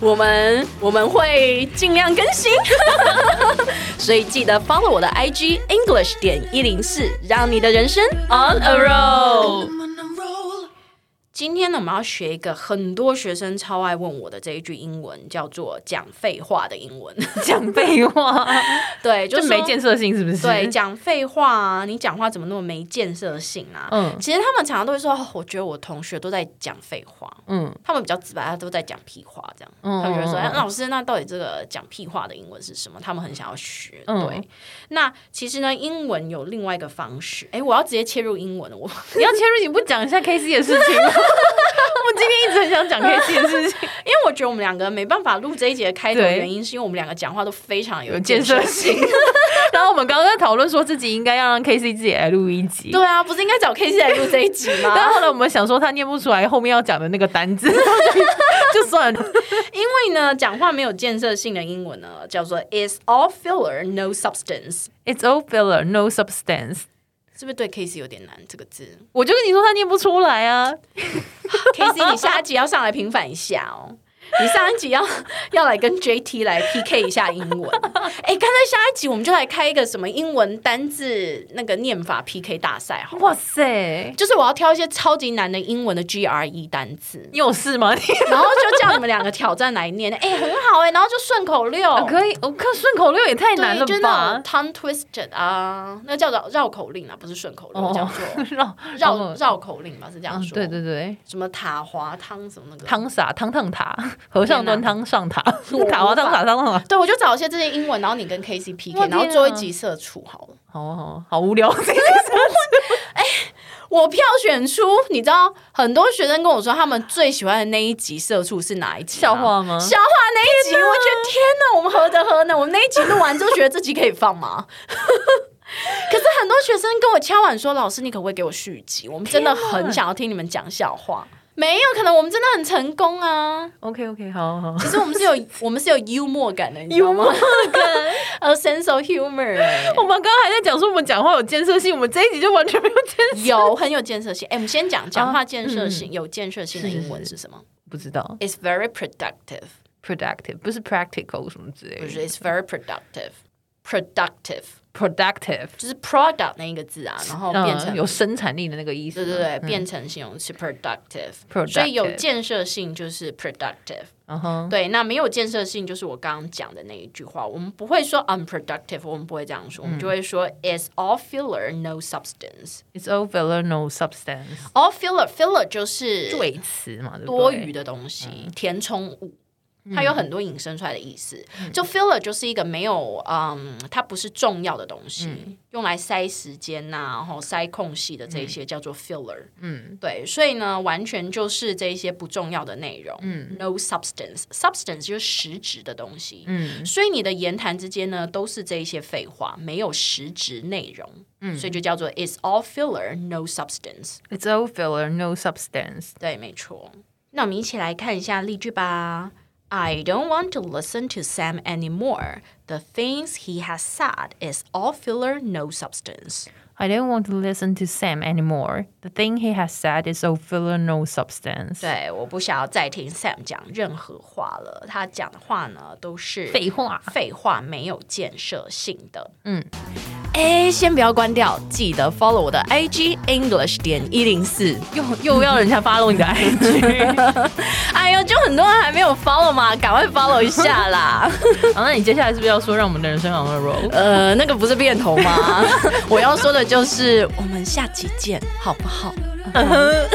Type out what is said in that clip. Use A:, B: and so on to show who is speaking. A: 我们我们会尽量更新， 所以记得 follow 我的 IG English 点一零四，让你的人生 on a roll。今天呢，我们要学一个很多学生超爱问我的这一句英文，叫做“讲废话”的英 文。
B: 讲废话，
A: 对，
B: 就
A: 就是
B: 没建
A: 设。
B: 设性，是不是？
A: 对，讲废话啊，你讲话怎么那么没建设性啊？
B: 嗯
A: 其实他们常常都会说，哦我觉得我同学都在讲废话。
B: 嗯，
A: 他们比较直白，他都在讲屁话这样。
B: 嗯
A: 他们就会说：“
B: 嗯
A: 哎
B: 嗯
A: 老师，那到底这个讲屁话的英文是什么？”他们很想要学。
B: 嗯
A: 对，那其实呢，英文有另外一个方式。哎，我要直接切入英 文了，我
B: 你要切入，你不讲 一下 K C 的事情吗？我今天一直很想 讲 K C 的事情，
A: 因为我觉得我们两个没办法录这一节开头，的
B: 对
A: 原因是因为我们两个讲话都非常有
B: 有建设性。然后我们刚刚在讨论说自己应该要让 K C 自己来录一 集，
A: 对啊，不是应该找 K C 来录这一集吗？
B: 但后来我们想说他念不出来后面要讲的那个单字， 就算了。
A: 因为呢，讲话没有建设性的英文呢，叫做 “It's all filler, no substance”，
B: It's all filler, no substance。
A: 是不是对 K C 有点难？这个字
B: 我就跟你说他念不出来啊，
A: K C，你下一集要上来平反一下哦。你上一集要要来跟 J T 来 P K 一下英文，哎、干脆下一集我们就来开一个什么英文单字那个念法 P K 大赛，好吗？
B: 哇塞！
A: 就是我要挑一些超级难的英文的 G R E 单字，
B: 你有事吗？你
A: 然后就叫你们两个挑战来念，哎、很好哎、然后就顺口溜，
B: 啊可以，我看顺口溜也太
A: 对
B: 难了
A: 就是那
B: 吧
A: 种？tongue twisted 啊，那叫绕绕口令啊，不是顺口
B: 哦
A: 溜，叫做
B: 绕
A: 绕绕口令吧，是这样
B: 嗯，
A: 说。
B: 对对对，
A: 什么塔滑汤什么那个。
B: 汤洒汤烫塔，和尚端汤上塔，
A: 天哪
B: 塔滑汤洒汤上塔。
A: 对，我就找一些这些英文，然后你跟 K C P
B: 我
A: K，
B: 天啊
A: 然后做一集社畜好了。
B: 好啊好啊好无 聊，
A: 我票选出，你知道很多学生跟我说，他们最喜欢的那一集社畜是哪一集啊
B: 笑话吗？
A: 笑话那一集，我觉得天啊哪，我们何德何能？我们那一集录完之后，觉得这集可以放吗？ 可是很多学生跟我敲碗说：“老师，你可不可以给我续集？我们真的很想要听你们讲笑话。”没有，可能我们真的很成功啊！
B: OK OK，好好。好
A: 可是我们是有我们是有幽默感的，你知道 吗？呃，sense of humor，欸
B: 我们刚刚还在讲说我们讲话有建设性，我们这一集就完全没有建设。
A: 有很有建设性。哎，我们先讲讲话建设性，
B: 啊嗯
A: 有建设性的英文是什么
B: 不知道
A: ？It's very productive，
B: productive 不是 practical 什么之类
A: 不
B: 的
A: 是 It's very productive。productive
B: ，productive
A: 就是 product 那一个字啊，然后变成、
B: 嗯有生产力的那个意思
A: 对
B: 吗。
A: 对对，变成形容词 productive，、
B: Productive
A: 所以有建设性就是 productive。
B: 嗯哼，
A: 对，那没有建设性就是我刚刚讲的那一句话，我们不会说 unproductive，我们不会这样说，
B: 嗯
A: 我们就会说 is all filler no substance。
B: ，it's all filler no substance，
A: all filler filler 就是
B: 赘词嘛，对不对
A: 多余的东西，填充物。它有很多引申出来的意思，就 filler 就是一个没有，嗯，它不是重要的东西，用来塞时间呐、然后塞空隙的这一些叫做 filler，嗯，对，所以呢，完全就是这一些不重要的内容，嗯，no substance，substance 就是实质的东西，嗯，所以你的言谈之间呢，都是这一些废话，没有实质内容，嗯，所以就叫做 is all filler no substance。
B: It's all filler, no substance.
A: 对，没错。那我们一起来看一下例句吧。I don't want to listen to Sam anymore. The things he has said is all filler, no substance.
B: I don't want to listen to Sam anymore. The thing he has said is all filler, no substance.
A: 对，我不想要再听 Sam 讲任何话了。他讲的话呢，都是
B: 废话
A: 废话没有建设性的。嗯，哎，先不要关掉，记得 follow 我的 IG English 点一零四。
B: 又又要人家 follow 你的 IG。
A: 哎呦，就很多人还没有 follow 嘛，赶快 follow 一下 啦。
B: 好，那你接下来是不是要说让我们的人生 on a roll？
A: 呃，那个不是变头吗？ 我要说的就是，我们下期见，好不好？
C: And